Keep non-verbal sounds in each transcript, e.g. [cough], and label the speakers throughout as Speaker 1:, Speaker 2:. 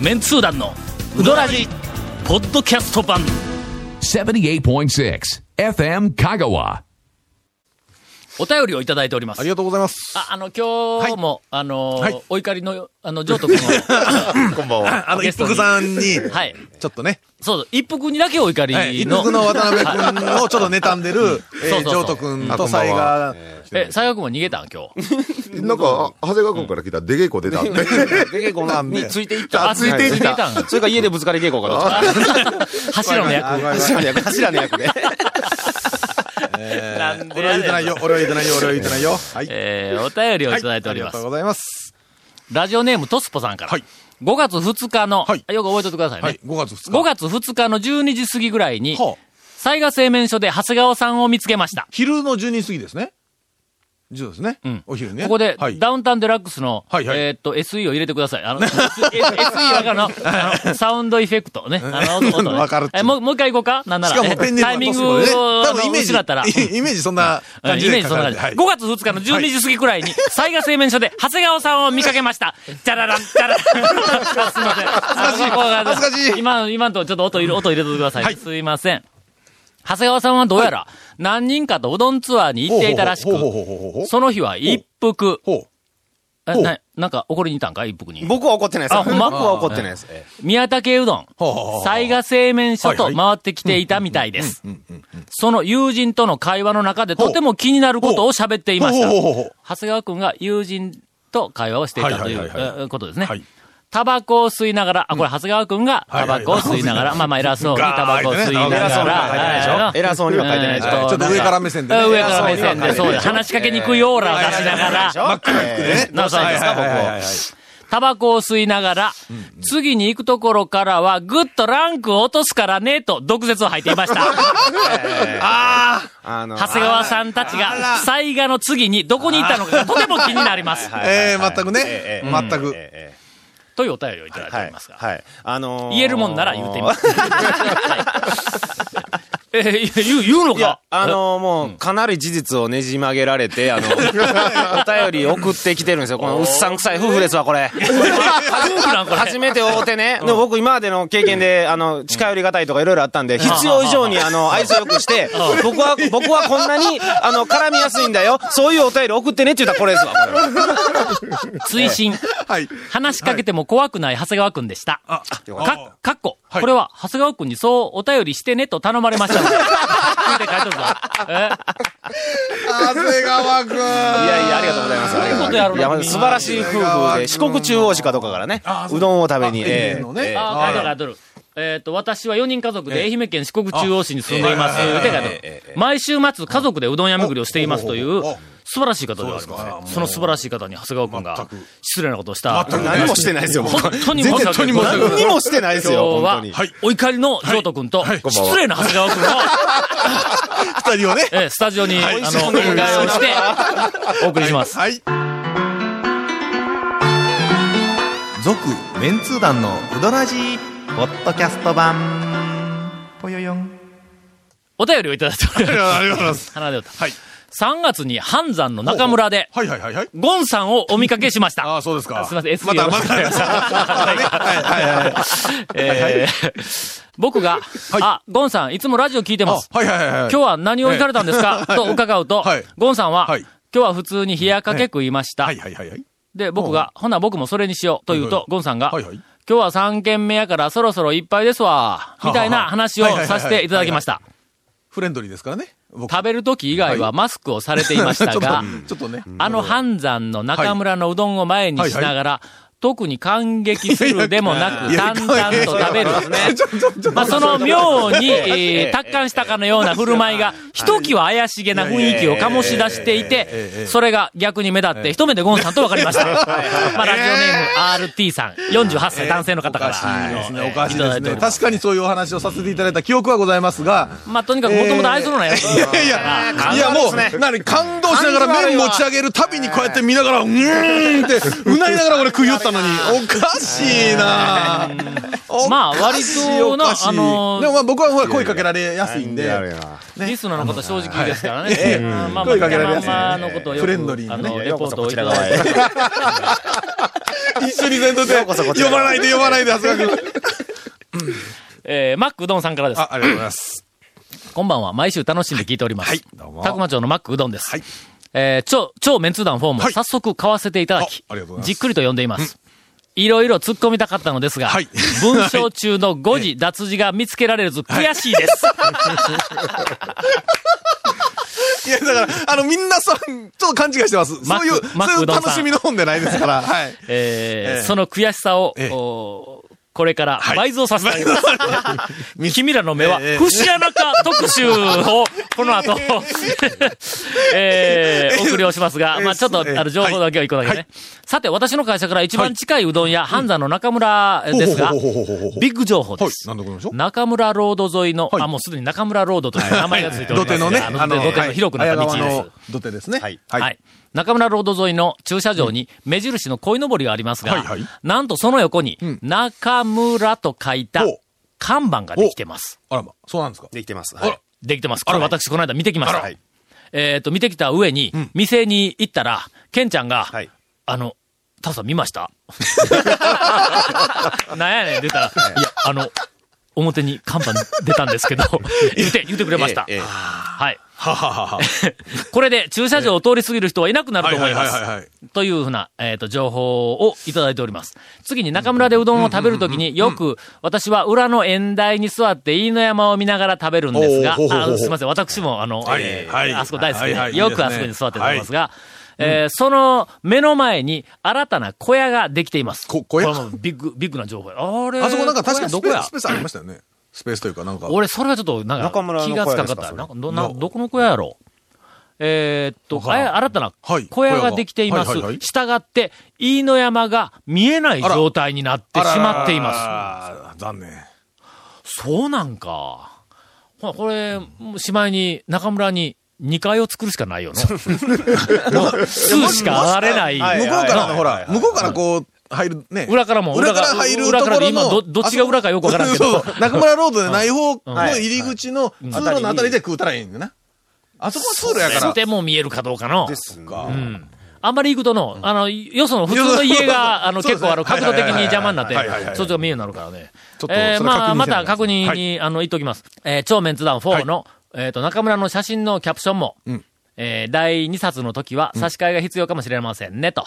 Speaker 1: メンツー団のウドラジポッドキャスト版
Speaker 2: 78.6 FM Kagawa.
Speaker 1: お便りをいただいております
Speaker 3: ありがとうございます。
Speaker 1: ああの今日も、あのー
Speaker 3: はい
Speaker 1: お怒りのあの上徳の
Speaker 3: [laughs] こんばんは。あの、
Speaker 1: ゲ
Speaker 3: 一
Speaker 1: ストに
Speaker 3: 服さんに、
Speaker 1: はい
Speaker 3: ちょっとね、
Speaker 1: そう一服にだけお怒りの、
Speaker 3: はい一服の渡辺君をちょっと妬んでる、え
Speaker 1: そうそうそ
Speaker 3: ー、
Speaker 1: う
Speaker 3: 上斗君
Speaker 4: あことんばん
Speaker 3: 才
Speaker 4: は
Speaker 3: が、
Speaker 1: え西学も逃げたん今日
Speaker 4: なんか、あ長谷川君から来たら出稽古出た [laughs] って。
Speaker 5: 稽古
Speaker 3: なんで
Speaker 5: についていっ
Speaker 4: あ
Speaker 5: た。
Speaker 4: ついていった
Speaker 1: ん
Speaker 5: それか家でぶつかり稽古かどっちか。
Speaker 1: [laughs] 柱の役
Speaker 5: 柱の役、柱の役で。
Speaker 1: [laughs] なんで
Speaker 3: 俺は
Speaker 1: や
Speaker 3: 言って
Speaker 1: ね
Speaker 3: なんいよ、俺は言ってないよ、俺は言ってないよ。はい。
Speaker 1: えーお便りをいただいておりま
Speaker 3: は
Speaker 1: す
Speaker 3: ありがとう、ございます。
Speaker 1: ラジオネームトスポさんから、
Speaker 3: はい
Speaker 1: 5月2日の、
Speaker 3: はい
Speaker 1: よく覚えておいてくださいね、
Speaker 3: はい、5月2日。
Speaker 1: 5月2日の12時過ぎぐらいに、
Speaker 3: はあ
Speaker 1: 災害製麺所で長谷川さんを見つけました。
Speaker 3: 昼の12過ぎですね。10ですね。
Speaker 1: ん
Speaker 3: お昼ね。
Speaker 1: ここで、
Speaker 3: はい。
Speaker 1: ダウンタウンデラックスの、
Speaker 3: はいはい
Speaker 1: えーっと、SE を入れてください。あの、SE がの、あの、サウンドエフェクトね。あの、音ね
Speaker 3: わかるっていう
Speaker 1: えもう、もう一回行こうかなんな
Speaker 3: し
Speaker 1: ら。
Speaker 3: かもペン
Speaker 1: え
Speaker 3: ネーム
Speaker 1: タイミングを、
Speaker 3: 多分イメージ、
Speaker 1: 失ったら。
Speaker 3: イメージそんな
Speaker 1: うん
Speaker 3: 感
Speaker 1: イ
Speaker 3: じ
Speaker 1: メー
Speaker 3: で
Speaker 1: ジ
Speaker 3: 書
Speaker 1: そんな
Speaker 3: か
Speaker 1: 感
Speaker 3: れ
Speaker 1: じ。
Speaker 3: て。
Speaker 1: 5
Speaker 3: はい
Speaker 1: 月2日の12時過ぎくらいに、災害製麺所で、長谷川さんを見かけました。じゃららん、じゃ
Speaker 3: [laughs]
Speaker 1: ららん。あすいません。恥ず
Speaker 3: 恥ずかしい
Speaker 1: 今、今のとこちょっと音入れ、音入れてください。すいません。長谷川さんはどうやら、何人かとうどんツアーに行っていたらしく
Speaker 3: ほうほうほうほうほうほう、
Speaker 1: その日は一服。
Speaker 3: ほう。
Speaker 1: え
Speaker 3: ほう
Speaker 1: な、なんか怒りにいたんか一服に。
Speaker 5: 僕は怒ってないです。
Speaker 1: あほんま
Speaker 5: 僕は怒ってないです。え
Speaker 1: 宮武うどん
Speaker 3: ほうほうほうほ、う
Speaker 1: 災賀製麺所
Speaker 3: は
Speaker 1: と
Speaker 3: い
Speaker 1: 回ってきていたみたいです。その友人との会話の中でとても気になることを喋っていました
Speaker 3: ほうほうほうほう。
Speaker 1: 長谷川くんが友人と会話をしていたという
Speaker 3: は
Speaker 1: え
Speaker 3: いはいはいはい
Speaker 1: ーことですね
Speaker 3: はい。
Speaker 1: タバコを吸いながら、あ、これ長谷川くんがタバコを吸いながら、まあまあ偉そうにタバコを吸いなが
Speaker 3: [laughs]
Speaker 5: 偉そうには書いてないでし
Speaker 1: ら、
Speaker 5: ょ。偉そうには書いてないでしょ。
Speaker 1: えー
Speaker 3: ちょっと上から目線でね。
Speaker 1: 上から目線で、そうです。話しかけにくいオーラを出しながら、
Speaker 5: 真っ暗
Speaker 3: でね
Speaker 1: なおさらですか
Speaker 3: はいはいはいはい
Speaker 1: タバコを吸いながら、次に行くところからは、ぐっとランクを落とすからね、と、毒舌を吐いていました。
Speaker 5: あの
Speaker 1: 長谷川さんたちが、災害の次にどこに行ったのかがとても気になります。
Speaker 3: えー、全くね。
Speaker 5: えええ
Speaker 3: 全く。
Speaker 5: ええ
Speaker 1: というお便りをいただいてお
Speaker 5: は
Speaker 1: り
Speaker 5: い
Speaker 1: ます。が、
Speaker 5: はい。あのー
Speaker 1: 言えるもんなら言うてみます。はいえー言う、言うの
Speaker 5: いや
Speaker 1: [laughs] か、
Speaker 5: [laughs] あのーもう、かなり事実をねじ曲げられて、あの、 [laughs] お便り送ってきてるんですよ。このうっさんくさい夫婦ですわ、これ。
Speaker 1: 夫婦なんこれ
Speaker 5: 初めて会うてね。でも僕今までの経験で、あの、近寄りがたいとかいろいろあったんで、必要以上にあの、愛想よくして、僕は、僕はこんなに、あの、絡みやすいんだよ。そういうお便り送ってねって言ったらこれですわ、これは。
Speaker 1: 追伸。
Speaker 3: はい。
Speaker 1: 話しかけても怖くない長谷川くんでした。か
Speaker 5: よか
Speaker 1: か、っこ、
Speaker 3: はい
Speaker 1: これは長谷川くんにそうお便りしてねと頼まれましたので。言うて書いとるぞ。え
Speaker 3: 長谷川くん。い
Speaker 5: いやいや、ありがとうございます。ありが
Speaker 1: い
Speaker 5: とうございます
Speaker 1: いことやろない
Speaker 5: や、素晴らしい夫婦で、四国中央市かどこかからね、うどんを食べに。ええ
Speaker 3: のね
Speaker 5: ええ
Speaker 1: あー、書いとる書いとる。えっと、私は4人家族で愛媛県四国中央市に住んでいます。
Speaker 3: あええ
Speaker 1: 言うて書いと
Speaker 5: えええ
Speaker 1: る。毎週末家族でうどん屋巡りをしていますとい
Speaker 3: おお
Speaker 1: う
Speaker 3: おお、
Speaker 1: 素晴らしい方ではありますね。その素晴らしい方に長谷川くんが失礼なことをした。
Speaker 3: 全く
Speaker 5: 何もしてないですよ、僕
Speaker 1: 本
Speaker 5: は
Speaker 1: 当に申し訳ございません
Speaker 5: 何もしてないです
Speaker 1: 今日
Speaker 5: よ、本当
Speaker 1: は
Speaker 5: に。、
Speaker 1: お怒りの上斗くんと、
Speaker 3: はい
Speaker 1: 失礼な長谷川くんを、
Speaker 3: 二人をね。
Speaker 1: えースタジオに、あの、お迎えをして、お送りします。
Speaker 3: はい。
Speaker 6: 続メンツー団のウドラジーポッドキャスト版ぽよよん
Speaker 1: お便りをいただいており
Speaker 3: あ
Speaker 1: ます。
Speaker 3: りがとうございます。
Speaker 1: 花で歌
Speaker 3: はい。
Speaker 1: 3月に半山の中村で、
Speaker 3: はいはいはいはい。
Speaker 1: ゴンさんをお見かけしました。
Speaker 3: ああ、そうですか。
Speaker 1: すいません、SE
Speaker 3: また、
Speaker 1: よろ
Speaker 3: ま
Speaker 1: しくお
Speaker 3: た、
Speaker 1: 願い
Speaker 3: ね
Speaker 1: します
Speaker 3: はいはいはい。
Speaker 1: えー僕が、あ、ゴンさん、いつもラジオ聞いて
Speaker 3: あ
Speaker 1: ます。
Speaker 3: はいはいはいはい。
Speaker 1: 今日は何を聞かれたんですかと伺うと
Speaker 3: はい、
Speaker 1: ゴンさんは
Speaker 3: はい、
Speaker 1: 今日は普通に冷やかけ食いました
Speaker 3: は。いはいはいはい。
Speaker 1: で、僕が、ほな僕もそれにしようと言う
Speaker 3: は
Speaker 1: と
Speaker 3: い、
Speaker 1: ゴンさんが、
Speaker 3: はい
Speaker 1: 今
Speaker 3: はい
Speaker 1: 日は3軒目やからそろそろいっぱいですわ、みたいな話を
Speaker 3: はあはあ
Speaker 1: させていただきました。
Speaker 3: フレンドリーですからね。僕
Speaker 1: 食べる時以外はマスクをされていまし
Speaker 3: [laughs] ち
Speaker 1: た
Speaker 3: ょっと
Speaker 1: が、
Speaker 3: ちょっとね。
Speaker 1: あの半山の中村のうどんを前にしながら、特に感激するでもなく、淡々と食べる。まあ、その妙に、えー達観したかのような振る舞いが、ひときわ怪しげな雰囲気を醸し出していて、それが逆に目立って、一目でゴンさんと分かりました。まあ、ラジオネーム RT さん、48歳男性の方か
Speaker 3: おかしいです
Speaker 1: ら。
Speaker 3: ね、おかしいです
Speaker 1: いただいており
Speaker 3: ね。
Speaker 1: ます
Speaker 3: 確かにそういうお話をさせていただいた記憶はございますが、
Speaker 1: まあ、とにかくもともと愛想のないやつ。
Speaker 3: いやいや、いやもう、なに、感動しながら麺持ち上げるたびにこうやって見ながら、うーんって、うなりながら俺食い寄ったのに、おかしいな
Speaker 1: まあ、割とな、あ
Speaker 3: あ
Speaker 1: の
Speaker 3: の、でもまあ僕はほら声かけられやすいんで、
Speaker 1: リスナーの方正直ですからね。ええまあまあ、ま
Speaker 3: 声かけられやすい
Speaker 1: あまあのことをよく、
Speaker 3: フレンドリー
Speaker 1: あ
Speaker 3: なね
Speaker 1: の、レポートをいただいて。
Speaker 3: 一緒に全然
Speaker 5: こそ [laughs] こちら
Speaker 3: 読まないで読まないで、長谷川君。
Speaker 1: えーマックうどんさんからです。
Speaker 3: あ、ありがとうございます。
Speaker 1: こんばんは。毎週楽しんで聞いております。
Speaker 3: はいどうも
Speaker 1: たくま町のマックうどんです。
Speaker 3: はい
Speaker 1: えー超、超メンツー団4も
Speaker 3: はい
Speaker 1: 早速買わせていただき、
Speaker 3: あありがとうございます
Speaker 1: じっくりと読んでいます。いろいろ突っ込みたかったのですが、
Speaker 3: はい
Speaker 1: 文章中の誤字、脱字が見つけられず悔しいです。
Speaker 3: いや、だから、あの、みんなさ、ちょっと勘違いしてます。
Speaker 1: マッ
Speaker 3: そう
Speaker 1: ク
Speaker 3: いう、
Speaker 1: マック
Speaker 3: そういう
Speaker 1: うどんさん
Speaker 3: 楽しみの本でないですから。はい。
Speaker 1: えー
Speaker 3: ええ
Speaker 1: その悔しさを、
Speaker 3: ええ
Speaker 1: おーこれから倍増させてあげます。 [laughs] 君らの目は、
Speaker 3: ええ
Speaker 1: 節穴か特集を、
Speaker 3: [laughs]
Speaker 1: この後、 [laughs] えー、お送りをしますが、
Speaker 3: ええ
Speaker 1: まあちょっと、あ
Speaker 3: ええ
Speaker 1: の、情報だけは一個だけね。さて、私の会社から一番近いうどん屋、半山の中村ですが、
Speaker 3: ほうほうほうほうほうほう
Speaker 1: ビッグ情報で
Speaker 3: はい。
Speaker 1: す。
Speaker 3: 何でございましょう
Speaker 1: 中村ロード沿いの、
Speaker 3: はい
Speaker 1: あ、もうすでに中村ロードという名前がついており
Speaker 3: [laughs] 土
Speaker 1: ますが、
Speaker 3: 手のね、
Speaker 1: あの土手
Speaker 3: は
Speaker 1: の
Speaker 3: い
Speaker 1: 広くなった道
Speaker 3: 綾
Speaker 1: です
Speaker 3: 川の。土手ですね。はい。
Speaker 1: はい、
Speaker 3: はい。
Speaker 1: 中村ロード沿いの駐車場に目印の鯉のぼりがありますが、
Speaker 3: はいはい
Speaker 1: なんとその横に、中村と書いた
Speaker 3: お
Speaker 1: 看板ができてます。
Speaker 3: あらま、そうなんですか。
Speaker 5: できてます。
Speaker 3: あら、
Speaker 1: できてます。これ私この間見てきました。
Speaker 3: あらはい
Speaker 1: えっ、と、見てきた上に、店に行ったら、ケンちゃんが、
Speaker 5: はい
Speaker 1: あの、タオさん見ました
Speaker 3: [laughs]
Speaker 1: なんやねん、出たら、いや、あの、表に看板出たんです
Speaker 3: [laughs]
Speaker 1: けど、言って、言ってくれました。
Speaker 5: ええええ
Speaker 1: はい。
Speaker 3: はははは。
Speaker 1: これで駐車場を通り過ぎる人はいなくなる
Speaker 3: は
Speaker 1: と
Speaker 3: い
Speaker 1: 思
Speaker 3: はいい
Speaker 1: ま
Speaker 3: はい
Speaker 1: す。
Speaker 3: はいはい。
Speaker 1: というふうな、えっ、と、情報をいただいております。次に中村でうどんを食べるときによく、私は裏の縁台に座って飯野山を見ながら食べるんですが、
Speaker 3: おーほうほうほう
Speaker 1: あすみません、私も、あの、
Speaker 3: はい
Speaker 1: えー
Speaker 3: はい
Speaker 1: あそこ大好きで、
Speaker 3: はいはい
Speaker 1: よく
Speaker 3: いい
Speaker 1: あ
Speaker 3: ですね
Speaker 1: そこに座って食べますが、えーその目の前に新たな小屋ができています。
Speaker 3: こ小屋
Speaker 1: これもビッグ、ビッグな情報や。あれ
Speaker 3: あそこなんか確かにス
Speaker 1: 小
Speaker 3: ペ
Speaker 1: 屋ど
Speaker 3: ー
Speaker 1: こ
Speaker 3: ススペ
Speaker 1: や
Speaker 3: ースありましたよね。スペースというかなんか。
Speaker 1: 俺、それはちょっと、なん
Speaker 5: 中
Speaker 1: か、
Speaker 5: 村
Speaker 1: 気
Speaker 5: の
Speaker 1: がつかなかっ
Speaker 5: 小屋です
Speaker 1: た。
Speaker 5: か
Speaker 1: なんか、ど、な、
Speaker 3: いや
Speaker 1: どこの小屋やろうえーっと、あや新たな
Speaker 3: はい
Speaker 1: 小屋ができています
Speaker 3: はいはいは。い
Speaker 1: したがって、飯野山が見えない
Speaker 3: あら
Speaker 1: 状態になってしまっていま
Speaker 3: ます。残念。
Speaker 1: す。そうなんか。ほらこれ、もうしまいに、中村に2階を作るしかない
Speaker 3: [laughs]
Speaker 1: よな。もう、数しか上がれない。
Speaker 5: はい
Speaker 3: 向こうからのほ
Speaker 5: はい
Speaker 3: ら
Speaker 5: は、い
Speaker 3: 向こうからこう、入るね。
Speaker 1: 裏からも
Speaker 3: 裏から入る
Speaker 1: 裏
Speaker 3: と
Speaker 1: から
Speaker 3: ころ
Speaker 1: で
Speaker 3: の。
Speaker 1: 今どどっちが裏かよくわからんけど
Speaker 3: あそこそうそう中村ロードでない方の入り口の通
Speaker 5: い
Speaker 3: 路のあたりで食うたらいいんだよな。あそこは通路やから。
Speaker 1: でも見えるかどうかの。
Speaker 5: ですか。
Speaker 1: うんあんまり行くとの、あの、よその普通の家が、あの、
Speaker 3: そうで
Speaker 1: 結
Speaker 3: す
Speaker 1: 構、あの、角度的に邪魔になって
Speaker 3: はいはいはいは、い
Speaker 1: そっちが見えるようになるからね。
Speaker 3: ょっと
Speaker 1: えー
Speaker 3: それ確認
Speaker 1: まあ、
Speaker 3: せな
Speaker 1: ま
Speaker 3: いと
Speaker 1: た確認に、あの、言っときます。えー、超メンツダウン4の、えっと、中村の写真のキャプションも、えー第2冊の時は差し替えが必要かもしれませんね、と。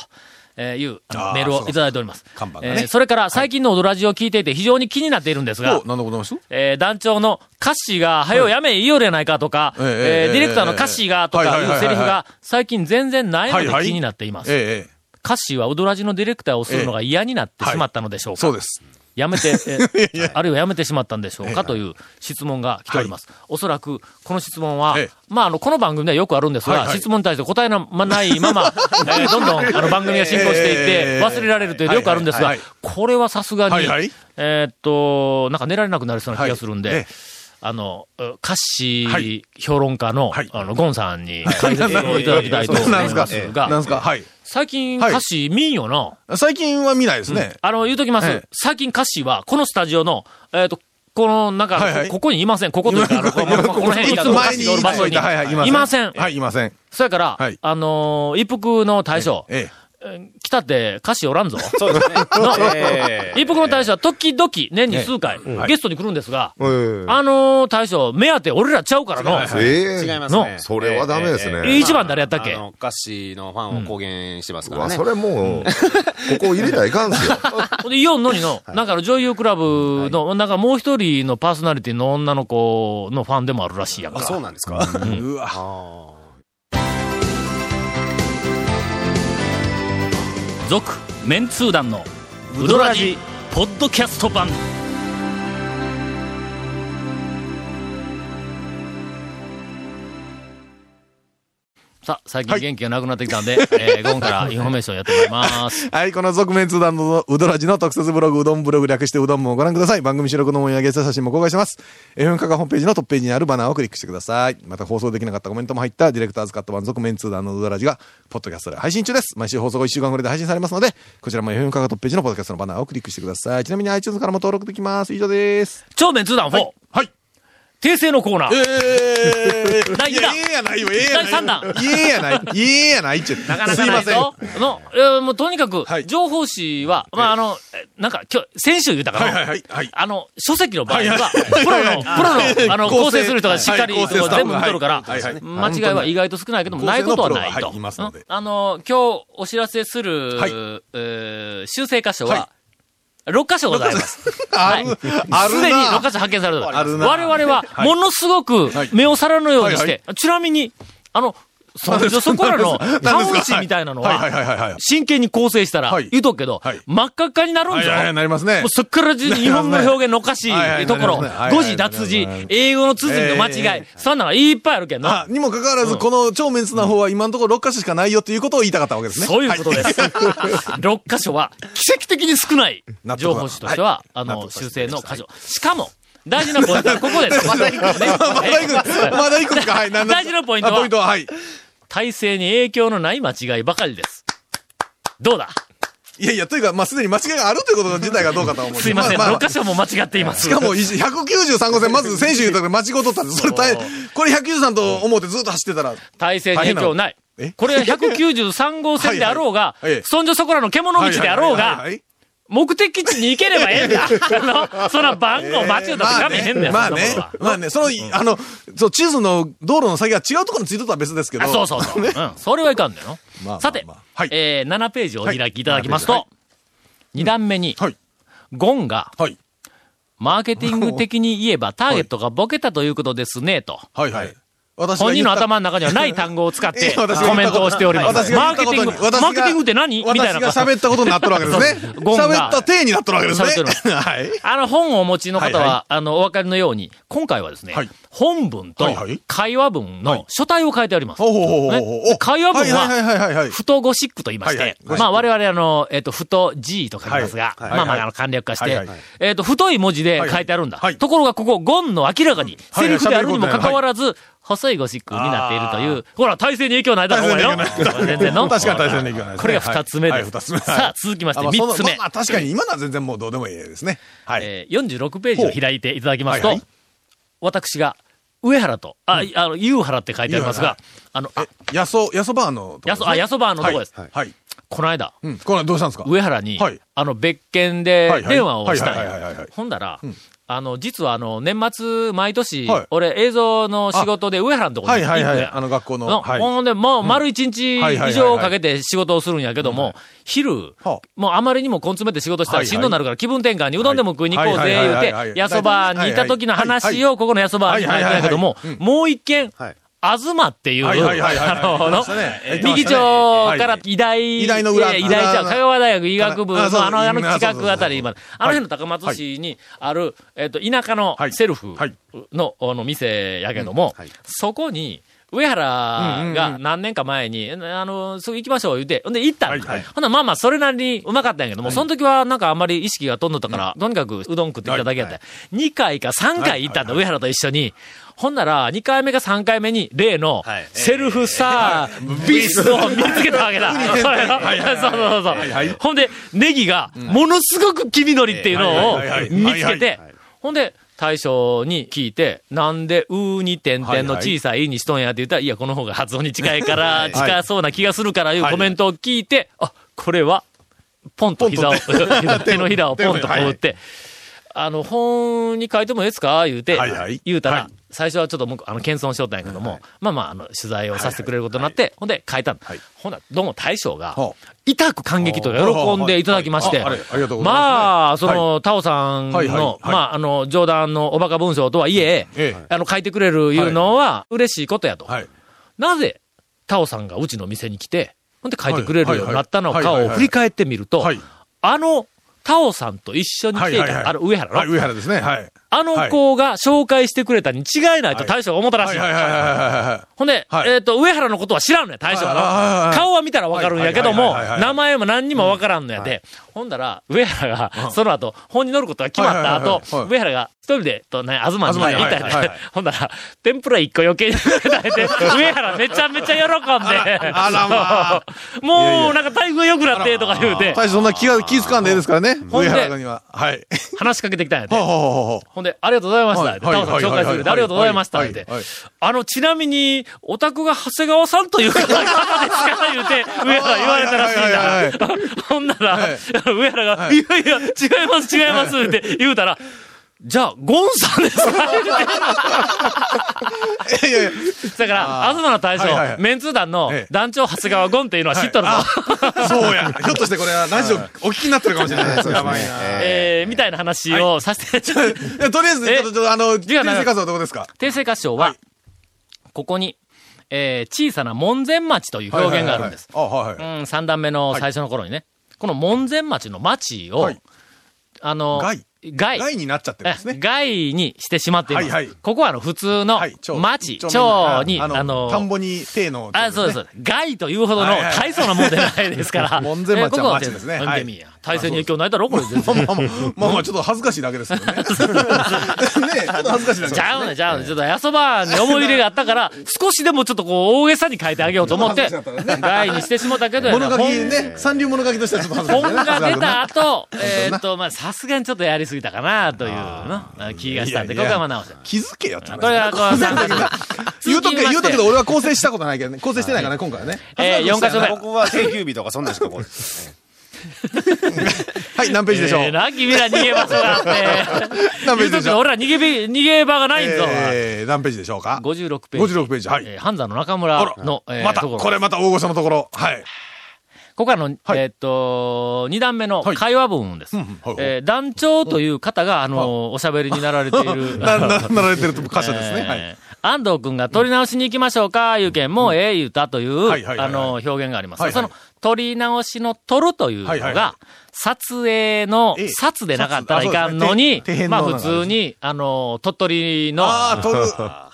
Speaker 1: えーいうあの
Speaker 3: あー
Speaker 1: メール
Speaker 3: そ
Speaker 1: を
Speaker 3: う
Speaker 1: い
Speaker 3: か
Speaker 1: ただいております。
Speaker 3: 看板がね
Speaker 1: えーそれから最近のオドラジを聞いていて非常に気になっているんですが
Speaker 3: お、、なんでございます
Speaker 1: えー団長の歌詞が、はよやめ、いいよるやないかとか、え
Speaker 3: ええ
Speaker 1: ー
Speaker 3: え
Speaker 1: デ
Speaker 3: え
Speaker 1: ィレクターの歌詞がと
Speaker 3: は
Speaker 1: かい
Speaker 3: いはいはいうはい
Speaker 1: セリフが、最近全然ないの
Speaker 3: はいは
Speaker 1: で
Speaker 3: い
Speaker 1: 気になっています。
Speaker 3: ええ、
Speaker 1: 歌詞は踊らじのディレクターをするのが嫌になってしまったのでしょうか、
Speaker 3: そうです。
Speaker 1: やめ
Speaker 3: [laughs]
Speaker 1: て、えーあるいはやめてしまったんでしょうかという質問が来ております。おそらく、この質問は
Speaker 3: ええ、
Speaker 1: まあ、あの、この番組ではよくあるんです
Speaker 3: は
Speaker 1: が
Speaker 3: い、はい
Speaker 1: 質問に対して答えなまない
Speaker 3: [laughs]
Speaker 1: まま、えーどんどん、あの、番組が進行していって
Speaker 3: え、え
Speaker 1: 忘れられるというのよくあるんですが
Speaker 3: はいはいは、
Speaker 1: これはさすがに
Speaker 3: はいはい、
Speaker 1: えーっと、なんか寝られなくなりそうな気がするん
Speaker 3: はい
Speaker 1: で
Speaker 3: ええ、
Speaker 1: あの、歌
Speaker 3: は
Speaker 1: 詞
Speaker 3: い
Speaker 1: 評論家の
Speaker 3: はい、
Speaker 1: あの、ゴンさんに解
Speaker 3: [laughs]
Speaker 1: 説をいただきたいと思い
Speaker 3: なんす
Speaker 1: ま
Speaker 3: か
Speaker 1: す
Speaker 3: なん
Speaker 1: が
Speaker 3: です、かはい。
Speaker 1: 最近
Speaker 3: はい
Speaker 1: 歌詞見んよな。
Speaker 3: 最近は見ないですね。
Speaker 1: あの、言うときます。
Speaker 3: ええ
Speaker 1: 最近歌詞は、このスタジオの、えっ、と、この、なんか、
Speaker 3: はいはい
Speaker 1: こここにいません。ここというか、あのこのこの辺にいた
Speaker 3: いつ前
Speaker 1: 歌
Speaker 3: に
Speaker 1: 詞がおる場所に。
Speaker 3: はいはいいません
Speaker 1: いません。
Speaker 3: はい、いません。
Speaker 1: そやから、
Speaker 3: はい
Speaker 1: あのー一服の大将、
Speaker 3: ええ。
Speaker 1: 来たって歌詞おらんぞ。
Speaker 5: そうですね。
Speaker 1: の
Speaker 5: ええ
Speaker 1: 一服の大将は時々、年に数回、ゲストに来るんですが、あのー大将、目当て俺らちゃうからの。
Speaker 4: え
Speaker 5: 違い
Speaker 4: え。
Speaker 5: ますね。
Speaker 1: の
Speaker 4: それはダメですね
Speaker 5: ええええ
Speaker 1: え一番誰やったっけ
Speaker 5: あの、歌詞のファンを公言してます
Speaker 4: う
Speaker 5: から
Speaker 4: わ、
Speaker 5: ね。
Speaker 4: それもう、ここ入れたらいかんすよ。
Speaker 1: ほんで、イオンのにの、なんかあの女優クラブの、なんかもう一人のパーソナリティの女の子のファンでもあるらしいやんか
Speaker 5: あ、
Speaker 1: ら。
Speaker 5: そうなんですか。
Speaker 3: うわ。
Speaker 1: 続メンツー団のウドラジポッドキャスト版さあ最近元気がなくなってきたん
Speaker 3: [laughs]
Speaker 1: で、えー午後からインフォメーションやってもらいます
Speaker 3: はい、この続面通談のうどらじの特設ブログ、うどんブログ略してうどんもご覧ください。番組収録の模様やゲスト写真も公開してます。FM カカホームページのトップページにあるバナーをクリックしてください。また放送できなかったコメントも入ったディレクターズカット版続面通談のうどらじが、ポッドキャストで配信中です。毎週放送後1週間ぐらいで配信されますので、こちらも FM カカトップページのポッドキャスト
Speaker 1: [laughs]
Speaker 3: のバナーをクリックしてください。ちなみに iTunes からも登録できます。以上です。
Speaker 1: 超メンツー団4、
Speaker 3: はい。
Speaker 1: 訂正のコーナー。
Speaker 3: えー
Speaker 1: 第
Speaker 3: い
Speaker 1: 二
Speaker 3: や
Speaker 1: 弾
Speaker 3: ええやないわ、ええやない。
Speaker 1: 第三弾
Speaker 3: ええやない。ええやないっちゅう。
Speaker 1: なかな
Speaker 3: す
Speaker 1: か
Speaker 3: い
Speaker 1: な
Speaker 3: ま
Speaker 1: い
Speaker 3: せん。
Speaker 1: ぞ。の、えーもうとにかく
Speaker 3: は、い
Speaker 1: 情報誌は、まあ、あの、えなんか、今日、先週言ったか
Speaker 3: はいは
Speaker 1: ら、
Speaker 3: いはいはい。
Speaker 1: あの、書籍の場合は、
Speaker 3: はい
Speaker 1: プロ
Speaker 3: は
Speaker 1: の、
Speaker 3: い
Speaker 1: プロの、あの、
Speaker 3: 構成
Speaker 1: 構成する人がしっかり
Speaker 3: はい構成スタッフ
Speaker 1: 全部見とるから
Speaker 3: はいはいは、い
Speaker 1: 間違いは意外と少ないけども、ないことはない
Speaker 3: 構
Speaker 1: と。
Speaker 3: 成のプロがはいいますので
Speaker 1: うんあの、今日お知らせする
Speaker 3: はい、
Speaker 1: えー修正箇所
Speaker 3: は
Speaker 1: は、6箇所ございます。
Speaker 3: あ
Speaker 1: はい
Speaker 3: る、あ
Speaker 1: す
Speaker 3: る
Speaker 1: でに6
Speaker 3: な。
Speaker 1: 箇所発見されてる。
Speaker 3: あるな
Speaker 1: 我々は、ものすごく
Speaker 3: はい
Speaker 1: 目を皿のようにし
Speaker 3: は
Speaker 1: て、ちなみに、あの、そ
Speaker 3: 何ですか
Speaker 1: そこらの、
Speaker 3: 何ですか
Speaker 1: タウン誌みたいなの
Speaker 3: はいはいはいはいはい
Speaker 1: は、真剣に構成したら
Speaker 3: はい、
Speaker 1: 言うとくけど
Speaker 3: はい、
Speaker 1: 真っ赤っかになるん
Speaker 3: はい
Speaker 1: じ
Speaker 3: はいは
Speaker 1: ゃ
Speaker 3: い、なりますね
Speaker 1: もう。そっからじ日本の表現のおかし
Speaker 3: はいはいい
Speaker 1: ところ、
Speaker 3: なりますね
Speaker 1: 誤字脱字
Speaker 3: はいはいなります、
Speaker 1: 英語の綴りの間違い
Speaker 3: え、
Speaker 1: そんなのがいっぱいあるけん
Speaker 3: あ
Speaker 1: な、。
Speaker 3: にもかかわらず、この超メンツな方は今のところ6カ所しかないよということを言いたかったわけですね。
Speaker 1: そういうことです。6 [laughs] 箇所は奇跡的に少ない
Speaker 3: 納得
Speaker 1: 情報誌としては、あ
Speaker 3: 納
Speaker 1: の、
Speaker 3: 得
Speaker 1: 修正の箇所。しかも、大事なポイントはここ
Speaker 3: [laughs]
Speaker 1: です。
Speaker 3: まだ行く、まだ行くんか。はい、なんだ
Speaker 1: 大事なポイントは
Speaker 3: あポイントは、はい。
Speaker 1: 体制に影響のない間違いばかりです。どうだ
Speaker 3: いやいや、というか、まあ、すでに間違いがあるということ自体がどうかとは思う。
Speaker 1: すいません、
Speaker 3: ああ
Speaker 1: 6箇所も間違っています。
Speaker 3: しかも、いじ193号線、まず選手言うたから間違うとったんです。それ大変、これ193と思ってずっと走ってたら、
Speaker 1: 体制に影響ない
Speaker 3: 大変なのえ。
Speaker 1: これが193号線であろうが
Speaker 3: はいはいええ、
Speaker 1: そんじょそこらの獣道であろう
Speaker 3: はい
Speaker 1: が
Speaker 3: はいはいは、い
Speaker 1: 目的地に行ければええんだ。あの、そら番号間違うたら画面変だよ、
Speaker 3: まあ
Speaker 1: そん
Speaker 3: ね
Speaker 1: なもんは、
Speaker 3: まあね、その、あの、そう、地図の道路の先が違うところについとったら別ですけど。
Speaker 1: あそうそうそう。うん。それはいかんだよ
Speaker 3: まあまあ
Speaker 1: な。さて
Speaker 3: まあはい、
Speaker 1: えー7ページをお開きいただきますと、2段目に
Speaker 3: はい、
Speaker 1: ゴンが、
Speaker 3: はい。
Speaker 1: マーケティング的に言えばターゲットがボケたということですね、と。
Speaker 3: はいはい。私が
Speaker 1: 本人の
Speaker 3: 言った
Speaker 1: 頭の中にはない単語を使っ
Speaker 3: い [laughs]
Speaker 1: て
Speaker 3: や
Speaker 1: コ
Speaker 3: 私が言
Speaker 1: メン
Speaker 3: ったこと
Speaker 1: トをしております。
Speaker 3: 私が
Speaker 1: マ
Speaker 3: 言
Speaker 1: ー
Speaker 3: っ
Speaker 1: ケテ
Speaker 3: た
Speaker 1: ィ
Speaker 3: こと
Speaker 1: ン
Speaker 3: に
Speaker 1: グ、マーケティングって何みたいな
Speaker 3: 私が
Speaker 1: こと。
Speaker 3: 喋ったことになっとるわけです
Speaker 1: そ
Speaker 3: ね
Speaker 1: う。ゴンが
Speaker 3: 喋った体になっとるわけですね
Speaker 1: 喋っとる。
Speaker 3: はい。
Speaker 1: あの本をお持ちの方は、
Speaker 3: はいは
Speaker 1: あの、お分かりのように、今回はですね、
Speaker 3: はい
Speaker 1: 本文と
Speaker 3: はいはい
Speaker 1: 会話文の書体を変えてあります。
Speaker 3: ほうほうほうほうほう。
Speaker 1: ね会話文は
Speaker 3: はいはいはいはい。
Speaker 1: 太ゴシックと言いまして、
Speaker 3: はいはいゴシック
Speaker 1: まあ我々あの、えっ、と、太 G と書きますが、
Speaker 3: はい
Speaker 1: まあま
Speaker 3: はい
Speaker 1: ああの簡略化して、
Speaker 3: はいはい
Speaker 1: えっ、と、太い文字で書いてあるんだ。
Speaker 3: はいはい
Speaker 1: ところがここ、ゴンの明らかに、
Speaker 3: はい
Speaker 1: セリフであるにもかかわらず、細いゴシックになっているという、ほら、体制に影響ないだろ、お前よ。全然の。
Speaker 3: 確かに体制に影響ないですね
Speaker 1: これが二つ目
Speaker 3: は
Speaker 1: で
Speaker 3: いはい二
Speaker 1: す。
Speaker 3: つ目
Speaker 1: さあ、続きまして、
Speaker 3: あ
Speaker 1: 三
Speaker 3: そ
Speaker 1: つ
Speaker 3: の
Speaker 1: 目
Speaker 3: ま。あ確かに今のは全然もうどうでもいいですね。はい。
Speaker 1: えー46ページを開いていただきますと、
Speaker 3: はいはい
Speaker 1: 私が、上原と、あ、いあの、ゆうはらって書いてありますが、あの、あ、
Speaker 3: やそ、やそバーのとこ
Speaker 1: や
Speaker 3: ですね、
Speaker 1: そ、あ、やそばのとこです。
Speaker 3: はい。はい。
Speaker 1: この間、
Speaker 3: うん。これはどうしたんですか
Speaker 1: 上原に、
Speaker 3: はい
Speaker 1: あの、別件
Speaker 3: は
Speaker 1: で
Speaker 3: いはい
Speaker 1: 電話をしたん
Speaker 3: はいはいはいはいは
Speaker 1: や
Speaker 3: い。
Speaker 1: ほんだら、あの、実はあの、年末、毎年、
Speaker 3: はい
Speaker 1: 俺、映像の仕事で上原のとこ
Speaker 3: は
Speaker 1: に
Speaker 3: い
Speaker 1: 行く
Speaker 3: はい
Speaker 1: んや。
Speaker 3: はい。あの学校の。
Speaker 1: の
Speaker 3: はい。
Speaker 1: ほんで、もう丸一日
Speaker 3: はいはいはいはい
Speaker 1: 以上かけて仕事をするんやけども、昼
Speaker 3: はあ、
Speaker 1: もうあまりにも根詰めて仕事した
Speaker 3: は
Speaker 1: ら
Speaker 3: いはい
Speaker 1: しんどなるから気分転換にうどんでも食いに行こうぜ、
Speaker 3: はいはい
Speaker 1: 言う
Speaker 3: はいはい
Speaker 1: て
Speaker 3: は、い
Speaker 1: やそばにいた時の話を、ここのやそばに書いてたけども
Speaker 3: はいはいはいはい、
Speaker 1: もう一件、
Speaker 4: はい
Speaker 1: 東っていう、
Speaker 3: はいはいはいはい
Speaker 1: あの
Speaker 3: 言ってましたね
Speaker 1: あの右町から
Speaker 3: はい
Speaker 1: 医大、
Speaker 3: 医大の裏
Speaker 1: いや医大ちゃう香川大学医学部の
Speaker 3: あそう
Speaker 1: あの、あの
Speaker 3: あそうそう
Speaker 1: 近くあたりまで、あの辺の高松市にある、えっと、田舎の
Speaker 3: はい
Speaker 1: セルフ
Speaker 3: はい
Speaker 1: の、あの、店やけども、そこに、上原が何年か前に、あの、すぐ行きましょう言うて、ほんで行ったんだ
Speaker 3: はいはい
Speaker 1: ほんならまあまあ、それなりにうまかったんやけども、その時はなんかあんまり意識が飛んどったから、とにかくうどん食ってきただけやった。2回か3回行ったんだ、上原と一緒に。ほんなら、2回目か3回目に、例の、セルフサービスを見つけたわけ [laughs] だ。そうやろそうそうそうそう。ほんで、ネギが、ものすごく黄緑っていうのを
Speaker 3: はいはいはい
Speaker 1: 見つけて、ほんで、大将に聞いて、なんで、うーに点々の小さい「い」にしとんやって言ったら、いや、この方が発音に近い [laughs] から、近そうな気がするからいうコメントを聞いて、あ、これは、ポンと膝を、 [laughs] 手のひらをポンとこう打って、あの、本に書いてもええですか言うて、
Speaker 3: はいはい
Speaker 1: 言うたら、最初はちょっともう、あの、謙遜しとったんやけども、まあまあ、あの、取材をさせてくれることになって、ほんで書いたの。ほんなどうも大将が
Speaker 3: は、
Speaker 1: 痛く感激というか喜んでいただきまして、
Speaker 3: ああれありがとうございます。
Speaker 1: まあ、そ
Speaker 3: は
Speaker 1: の、タオさん
Speaker 3: はいはいは
Speaker 1: の
Speaker 3: い、
Speaker 1: まあ、あの、冗談のおバカ文章とはいえ
Speaker 3: ええ、
Speaker 1: あの、書いてくれるいうのは嬉しいことやと。
Speaker 3: はい。
Speaker 1: なぜ、タオさんがうちの店に来て、ほんで書いてくれるようになったの
Speaker 3: はい
Speaker 1: か
Speaker 3: はいはい
Speaker 1: を振り返ってみると
Speaker 3: はい、
Speaker 1: あの、タオさんと一緒に来てい
Speaker 3: はいはいはい
Speaker 1: た、あの、上原
Speaker 3: はい、
Speaker 1: の、
Speaker 3: 上原ですね。はい。
Speaker 1: あの子が紹介してくれたに違いないと大将が思ったらし
Speaker 3: はいい
Speaker 1: の。
Speaker 3: はいはいはいはいはい。
Speaker 1: ほんで、
Speaker 3: はい
Speaker 1: えっ、と、上原のことは知らんのや、大将
Speaker 3: はいはいはい
Speaker 1: の。
Speaker 3: はい
Speaker 1: 顔は見たらわかるんやけども、
Speaker 3: はいはいはいはいはい
Speaker 1: 名前も何にもわからんのやで。ほんだら、上原が、その後、本に乗ることが決まった後、上原が一人で、と、ね、東に行ったんやで、 [laughs] ほんだら、天ぷら一個余計に食べられて、
Speaker 3: [laughs]
Speaker 1: 上原めちゃめちゃ喜んで、 [laughs] もう、なんか待遇良くなって、とか言うて、
Speaker 3: 大してそんな気が、気づかんでええですからね。
Speaker 1: ほん
Speaker 3: 上
Speaker 1: で
Speaker 3: 原には。はい。
Speaker 1: 話しかけてきたんやで
Speaker 3: ほう。ほうほうほう。
Speaker 1: ほんで、ありがとうございました。
Speaker 3: は
Speaker 1: で
Speaker 3: い
Speaker 1: タオさん
Speaker 3: はい
Speaker 1: 紹介するんで、あ
Speaker 3: は
Speaker 1: り
Speaker 3: い
Speaker 1: がとうございました。
Speaker 3: は
Speaker 1: っ
Speaker 3: い
Speaker 1: て
Speaker 3: はい。
Speaker 1: あの、ちなみに、オタクが長谷川さんという方々ですか言うて、上原言われたらし
Speaker 3: はいはいはい
Speaker 1: いんだ。 [laughs] ほんなら
Speaker 3: はい、
Speaker 1: 上原が、
Speaker 3: はい
Speaker 1: いやいや、違います、違います、って言うたら、じゃあ、ゴンさんですか言うて
Speaker 3: いやいや、
Speaker 1: だから、東の大将、
Speaker 3: はいはいはい
Speaker 1: メンツー団の
Speaker 3: ええ
Speaker 1: 団長長谷川ゴンっていうのは知っとるぞ。
Speaker 3: そうや。ひょっとしてこれはラジオお聞きになってるかもしれないです。やばいな。
Speaker 1: えーみたいな話をさせて、
Speaker 3: いやとりあえず、ちょっと、ちょっと、あの、
Speaker 1: 時間
Speaker 3: 人
Speaker 1: ない
Speaker 3: 生活はどこですか
Speaker 1: 訂正合唱は、ここに、えー小さな門前町という表現があるんです。
Speaker 3: はいはいはいあ、はいはい。
Speaker 1: うん、三段目の最初の頃にね、この門前町の町を、
Speaker 3: はい
Speaker 1: あの、
Speaker 3: 害
Speaker 1: 害
Speaker 3: 害になっちゃってるんです
Speaker 1: え
Speaker 3: ね。
Speaker 1: 害にしてしまっています。
Speaker 3: はいはい
Speaker 1: ここはあの普通の
Speaker 3: はい。蝶
Speaker 1: 町、
Speaker 3: 蝶
Speaker 1: 町に、
Speaker 3: あ
Speaker 1: あの、
Speaker 3: の、田んぼに、手の。
Speaker 1: あ、そうですそうです。害というほどの
Speaker 3: はいはい。
Speaker 1: 大層なもんでないですから
Speaker 3: 門前町は
Speaker 1: えーここ
Speaker 3: 町ですね
Speaker 1: うん
Speaker 3: はい
Speaker 1: 見てみや体制に影響ないだろ、これ全
Speaker 3: まあ
Speaker 1: 然。
Speaker 3: まあまあ、まあまあ、ちょっと恥ずかしいだけです
Speaker 1: [laughs]
Speaker 3: けどね。ねえ、ちょっと恥ずかしいだけ
Speaker 1: ちゃうね、ちゃうね。ちょっと、やそばに思い入れがあった
Speaker 3: [laughs]
Speaker 1: から、少しでもちょっとこう、大げさに変えてあげようと思って
Speaker 3: ちょっと恥ずかしかったで、すね
Speaker 1: 害にしてしまったけどやな、
Speaker 3: 物書きね、三流物書きとしてはちょっと恥ずかしい
Speaker 1: 本
Speaker 3: ね。
Speaker 1: が出た
Speaker 3: [laughs]
Speaker 1: 後、
Speaker 3: だ
Speaker 1: え
Speaker 3: な
Speaker 1: ーっと、まあ、さすがにちょっとやりすぎたかな、というの気がしたんで、
Speaker 3: い
Speaker 1: こ
Speaker 3: やいや
Speaker 1: こはまあ直して。
Speaker 3: 気づけよ、ちゃん
Speaker 1: ことれ。は、これは参加し
Speaker 3: 言うとくけど、言
Speaker 1: [laughs]
Speaker 3: うとくけど、
Speaker 1: ど、
Speaker 3: 俺は構成したことないけどね。構成してないからね、今回はね。
Speaker 1: えー、4箇所目。
Speaker 5: 僕は定休日とかそんなんしかこう。
Speaker 3: はい、何ページでしょう
Speaker 1: えー、な、君ら逃げ場所が
Speaker 3: [laughs]
Speaker 1: あって。
Speaker 3: 何ペ
Speaker 1: 言
Speaker 3: ー
Speaker 1: うと
Speaker 3: ジで
Speaker 1: く
Speaker 3: し
Speaker 1: けど、
Speaker 3: ょう
Speaker 1: 俺ら逃げび、逃げ場がないんぞ。
Speaker 3: えー何ページでしょうか
Speaker 1: 56ページ。
Speaker 3: 56ページはい
Speaker 1: えー、半山の中村の、えー、
Speaker 3: また、
Speaker 1: ところ
Speaker 3: これまた大御所のところ。はい。
Speaker 1: ここはあの、
Speaker 3: はい
Speaker 1: えーっと、二段目の
Speaker 3: はい
Speaker 1: 会話文です。
Speaker 3: うんうんはいはい
Speaker 1: えー団長という方が、あのおしゃべりになられている。
Speaker 3: [laughs] な、
Speaker 1: [laughs]
Speaker 3: な、なられてる箇所ですね。は
Speaker 1: え
Speaker 3: い。
Speaker 1: ー安藤君が取り直しに行きましょうか、いうけん、もうええ言うたという、
Speaker 3: はいはいはいはい
Speaker 1: あの、表現があります。
Speaker 3: はいはい
Speaker 1: その、取り直しの取るというのが、
Speaker 3: はいはいは
Speaker 1: 撮影の
Speaker 3: ええ
Speaker 1: 撮でなかったらいかんのに
Speaker 3: 撮影あそうです
Speaker 1: まあ普
Speaker 3: ねて底辺、の
Speaker 1: 通に、あの、鳥取の、
Speaker 3: ああ、
Speaker 1: [laughs]
Speaker 3: 取る。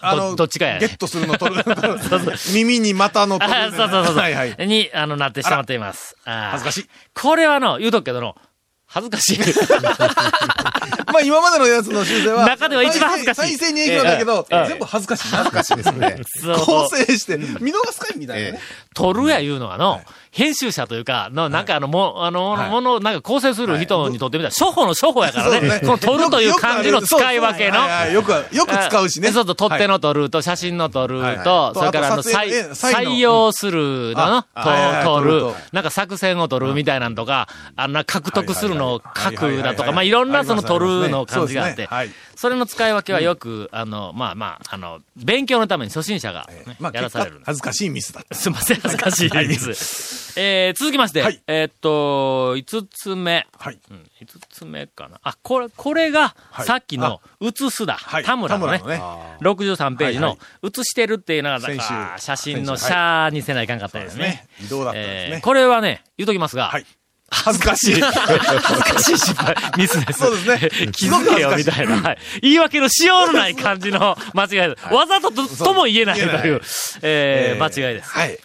Speaker 3: あ
Speaker 1: どっちかやね
Speaker 3: ゲットするの取る。
Speaker 1: [laughs]
Speaker 3: 耳に股の取る
Speaker 1: あそうそうそうそう。
Speaker 3: はいはい。
Speaker 1: に、あの、なってしまっています。恥
Speaker 3: 恥ずかしい。
Speaker 1: これはの、言うとくけどの、恥ずかしい。
Speaker 3: [laughs] まあ今までのやつの修正は。
Speaker 1: 中では一番恥ずかしい
Speaker 3: 再生再生に影響だけど、
Speaker 1: ええ
Speaker 3: 全部恥ずかしいな。
Speaker 4: 難しいですね。
Speaker 3: [laughs] 構成して、見逃すかいみたいなね。
Speaker 1: 撮るやいうのはの、編集者というか、の、なんかあの、も、あの、
Speaker 3: はい
Speaker 1: もの、なんか構成する人にとってみたら、初歩の初歩やからね。この撮るという漢字の使い分けの。
Speaker 3: はいはいよく、よく使うしね。
Speaker 1: えそうそう、取っ手
Speaker 3: はい。
Speaker 1: の取ると、写真の取ると、
Speaker 3: はいはい
Speaker 1: それからあの、
Speaker 3: とあと撮
Speaker 1: 採
Speaker 3: 影え採の
Speaker 1: 採用するのの、
Speaker 3: あはいはいはい
Speaker 1: と取る
Speaker 3: 撮ると、
Speaker 1: なんか作戦を取るみたいなんとか、あんな獲得するのを書くだと
Speaker 3: はいはいはいは
Speaker 1: か、
Speaker 3: い
Speaker 1: まあいろんなその
Speaker 3: あります
Speaker 1: 取る
Speaker 3: あり
Speaker 1: の
Speaker 3: ますね
Speaker 1: 感じがあって
Speaker 3: そうですねはい、
Speaker 1: それの使い分けはよく、あの、まあまあ、あの、勉強のために初心者がね
Speaker 3: まあ
Speaker 1: やらさ
Speaker 3: 結果
Speaker 1: れ
Speaker 3: [laughs]
Speaker 1: るんです。
Speaker 3: 恥ずかしいミスだった。
Speaker 1: すみません、恥ずかしいです。えー続きまして、
Speaker 3: はい
Speaker 1: えーっと、五つ目。 [laughs]
Speaker 3: はい。
Speaker 1: うん、五つ目かな。あ、これ、これが、
Speaker 3: はい
Speaker 1: さっきの、映すだ、
Speaker 3: はい
Speaker 1: 田村のね
Speaker 3: 田村のね、
Speaker 1: 63ページの
Speaker 3: はい、
Speaker 1: 写してるっていうのが、だから
Speaker 3: 先週
Speaker 1: 写真の
Speaker 3: 先週
Speaker 1: 写にせないかんかったんですね
Speaker 3: ね。。移動だったんです
Speaker 1: えー
Speaker 3: ね。
Speaker 1: これはね、言うときますが、 [laughs]
Speaker 3: はい。恥ずかしい。
Speaker 1: 恥ずかしい失敗、ミスです。
Speaker 3: そうですね
Speaker 1: 気づけよ、みたいな。はい言い訳のしようのない感
Speaker 3: [laughs]
Speaker 1: じの間違いです。わざとととも言えないと
Speaker 3: 言え
Speaker 1: いう、えー
Speaker 3: えー
Speaker 1: 間違いです。
Speaker 3: はい。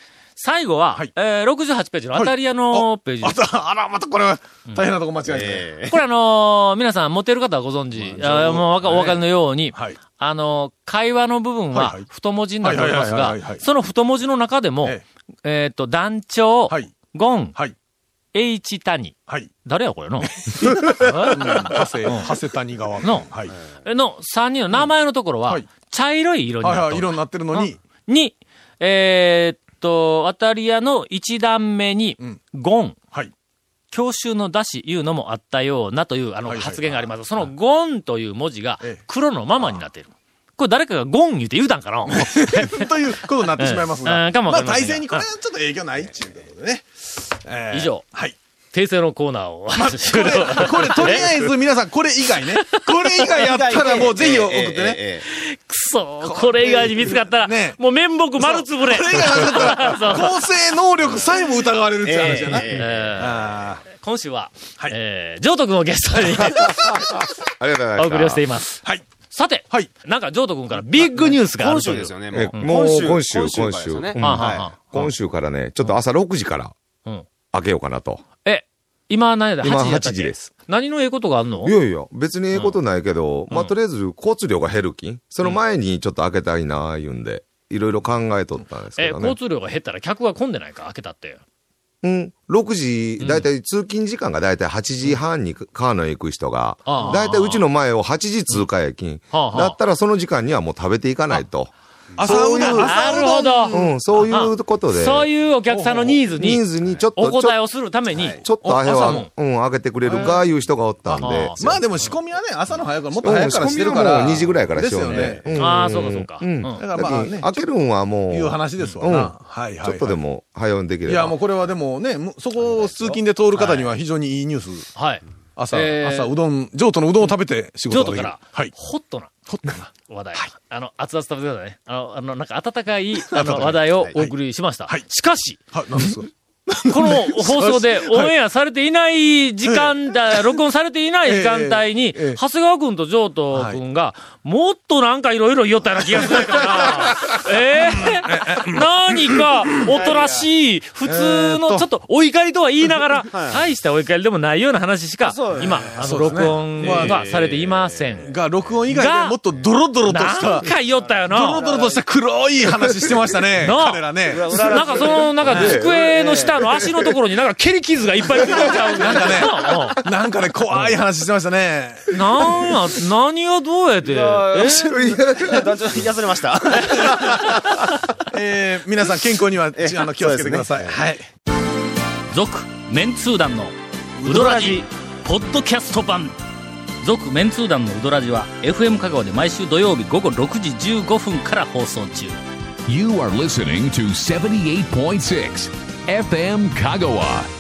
Speaker 1: 最後は、
Speaker 3: はい
Speaker 1: えー68ページの当たり屋のページです
Speaker 3: あと、あら、またこれは大変なとこ間違えて。
Speaker 1: これあのー皆さん、持てる方はご存知、あーもうわかお分かりのように、
Speaker 3: はい
Speaker 1: あのー会話の部分
Speaker 3: は
Speaker 1: はい
Speaker 3: はい
Speaker 1: 太文字になっております
Speaker 3: はい
Speaker 1: が
Speaker 3: はいはいはいは、い
Speaker 1: その太文字の中でも、え
Speaker 3: え
Speaker 1: っ、と、団長、
Speaker 3: はい
Speaker 1: ゴン、
Speaker 3: はい。
Speaker 1: H 谷、
Speaker 3: はい。
Speaker 1: 誰やこれ
Speaker 3: [laughs]
Speaker 1: の
Speaker 3: 長谷、長谷谷川。
Speaker 1: の
Speaker 3: はい。
Speaker 1: の3人の名前のところは、
Speaker 3: はい
Speaker 1: 茶色い色に
Speaker 3: はい
Speaker 1: なっ
Speaker 3: はい、
Speaker 1: て
Speaker 3: 色になってるのに、
Speaker 1: に、えーっと、当たり屋の1段目に、
Speaker 3: うん
Speaker 1: ゴン、
Speaker 3: はい。
Speaker 1: 教習の出しいうのもあったようなというあの
Speaker 3: はいはい
Speaker 1: 発言があります。そのゴンという文字が
Speaker 3: ええ
Speaker 1: 黒のままになっている。これ誰かがゴン言うて言うたんかな
Speaker 3: ということになって [laughs] しまいます
Speaker 1: うんう
Speaker 3: が
Speaker 1: ん、かもわ
Speaker 3: ま
Speaker 1: か
Speaker 3: あ、
Speaker 1: りませんが
Speaker 3: 体制にこれはちょっと影響ないっていうことでね。えー
Speaker 1: 以上
Speaker 3: はい。
Speaker 1: 訂正のコーナーを終
Speaker 3: こ
Speaker 1: 了。[laughs]
Speaker 3: れ、これ、とりあえず皆さん、これ以外ね。これ以外やったらもうぜひ送ってね。
Speaker 4: ね。
Speaker 1: くそこれ以外に見つかったら、
Speaker 3: ね
Speaker 1: もう面目丸つぶれ。
Speaker 3: これ以外やったら、
Speaker 1: そう
Speaker 3: 構成能力さえも疑われるって話じゃない。
Speaker 1: えー
Speaker 3: あー
Speaker 1: 今週は、
Speaker 3: はい
Speaker 1: えー、上徳のゲストにお
Speaker 4: ありがとうございます。
Speaker 1: 送りをしています。
Speaker 3: はい。
Speaker 1: さて、
Speaker 3: はい
Speaker 1: なんか上徳君からビッグニュースがある
Speaker 5: 今
Speaker 1: と
Speaker 5: 週
Speaker 1: い
Speaker 5: で
Speaker 1: う
Speaker 5: す。よね。
Speaker 4: え
Speaker 5: もう
Speaker 4: もう今週、
Speaker 5: 今
Speaker 4: 今
Speaker 5: 週
Speaker 4: 週。
Speaker 5: からですよね
Speaker 4: うん
Speaker 1: あはは
Speaker 4: はい今週からね、ちょっと朝6時から
Speaker 1: うん
Speaker 4: 開けようかなと。
Speaker 1: え、今何やだ
Speaker 4: 今
Speaker 1: ?8 時だったっけ
Speaker 4: 8時です。
Speaker 1: 何のええことがあんの
Speaker 4: いやいや、別にええことないけど、まあ、とりあえず交通量が減るき、その前にちょっと開けたいな、言うんで、いろいろ考えとったんですけ
Speaker 1: え、
Speaker 4: ど
Speaker 1: 交
Speaker 4: ね。
Speaker 1: 通量が減ったら客が混んでないか開けたって。
Speaker 4: うん。6時、だいたい通勤時間がだいたい8時半にカーノへ行く人が
Speaker 1: ああ、
Speaker 4: だいたいうちの前を8時通過やきん。
Speaker 1: はあはあ
Speaker 4: だったらその時間にはもう食べていかないと。
Speaker 7: 朝うどん、
Speaker 1: なるほど。
Speaker 4: うん、そういうことで。
Speaker 1: そういうお客さんのニーズに
Speaker 4: ニーズにちょっと、
Speaker 1: お
Speaker 4: ち
Speaker 1: 答え
Speaker 4: ょ
Speaker 1: をするために、
Speaker 4: ちょっとあれ
Speaker 1: 朝も
Speaker 4: は、うん、開けてくれるか、いう人がおったんで
Speaker 1: あ。
Speaker 6: まあでも仕込みはね、朝の早くから、もっと早くから
Speaker 4: うん
Speaker 6: してるから。
Speaker 4: 仕込みはもう2時ぐらいから
Speaker 6: で
Speaker 4: し
Speaker 6: す
Speaker 4: よ
Speaker 6: よ
Speaker 4: う
Speaker 6: ね
Speaker 4: ね。。うん
Speaker 1: ああ、そうかそうか。
Speaker 4: うん
Speaker 1: うん
Speaker 6: だからまあね、
Speaker 4: 開けるんはもう。
Speaker 6: いう話ですわ
Speaker 4: うん
Speaker 6: な。はいはい。
Speaker 4: ちょっとでも早うにできれ
Speaker 6: い
Speaker 4: ば。
Speaker 6: や、もうこれはでもね、むそこを通勤で通る方には非常にいいニュース。
Speaker 1: はい。
Speaker 6: 朝、
Speaker 1: えー
Speaker 6: 朝、うどん、上都のうどんを食べて仕
Speaker 1: 譲
Speaker 6: 事
Speaker 1: 渡
Speaker 6: が
Speaker 1: か
Speaker 6: できる。
Speaker 1: ら、
Speaker 6: はい。
Speaker 1: ホットな、ホットな話題。あの、熱々食べてくださいね。あの、あのなんか温かい、あ
Speaker 4: [laughs]
Speaker 1: の、話題をお送りしました。しかし、
Speaker 6: はい、なんですか
Speaker 1: この放送でオンエアされていない時間だ、録音されていない時間帯に、
Speaker 6: ええ
Speaker 1: 長谷川君と上都君が、もっとなんかいろいろ言おったような気がする
Speaker 6: [laughs]
Speaker 1: から、ええ何か、おとなしい、普通の、ちょっと、お怒りとは言いなが
Speaker 6: [laughs]
Speaker 1: ら、大したお怒りでもないような話しか
Speaker 5: そう、ね
Speaker 1: 今、あの、録音がされていません。
Speaker 6: が、録音以外
Speaker 1: が
Speaker 6: でもっとドロドロとし
Speaker 1: な
Speaker 6: た
Speaker 1: ん、か言おったよな。。
Speaker 6: ドロドロとした黒い話してましたね
Speaker 1: なあ
Speaker 6: 彼らね。
Speaker 1: なんかその、なんか机の下の足のところになんか蹴り傷がいっぱい出てき [laughs] ちゃう。
Speaker 6: なん
Speaker 1: なあ
Speaker 6: かね、なんかね、怖い話してましたね。
Speaker 1: なんや、何がどうやって。
Speaker 5: え
Speaker 4: いや
Speaker 5: [laughs] 団長、癒されました。
Speaker 6: えー皆さん健康には、ちあの、気をつけてください。はい。
Speaker 1: 続、メンツー団のウドラジ、ポッドキャスト版。続、メンツー団のウドラジは FM 香川で毎週土曜日午後6時15分から放送中。
Speaker 2: You are listening to 78.6 FM Kagawa.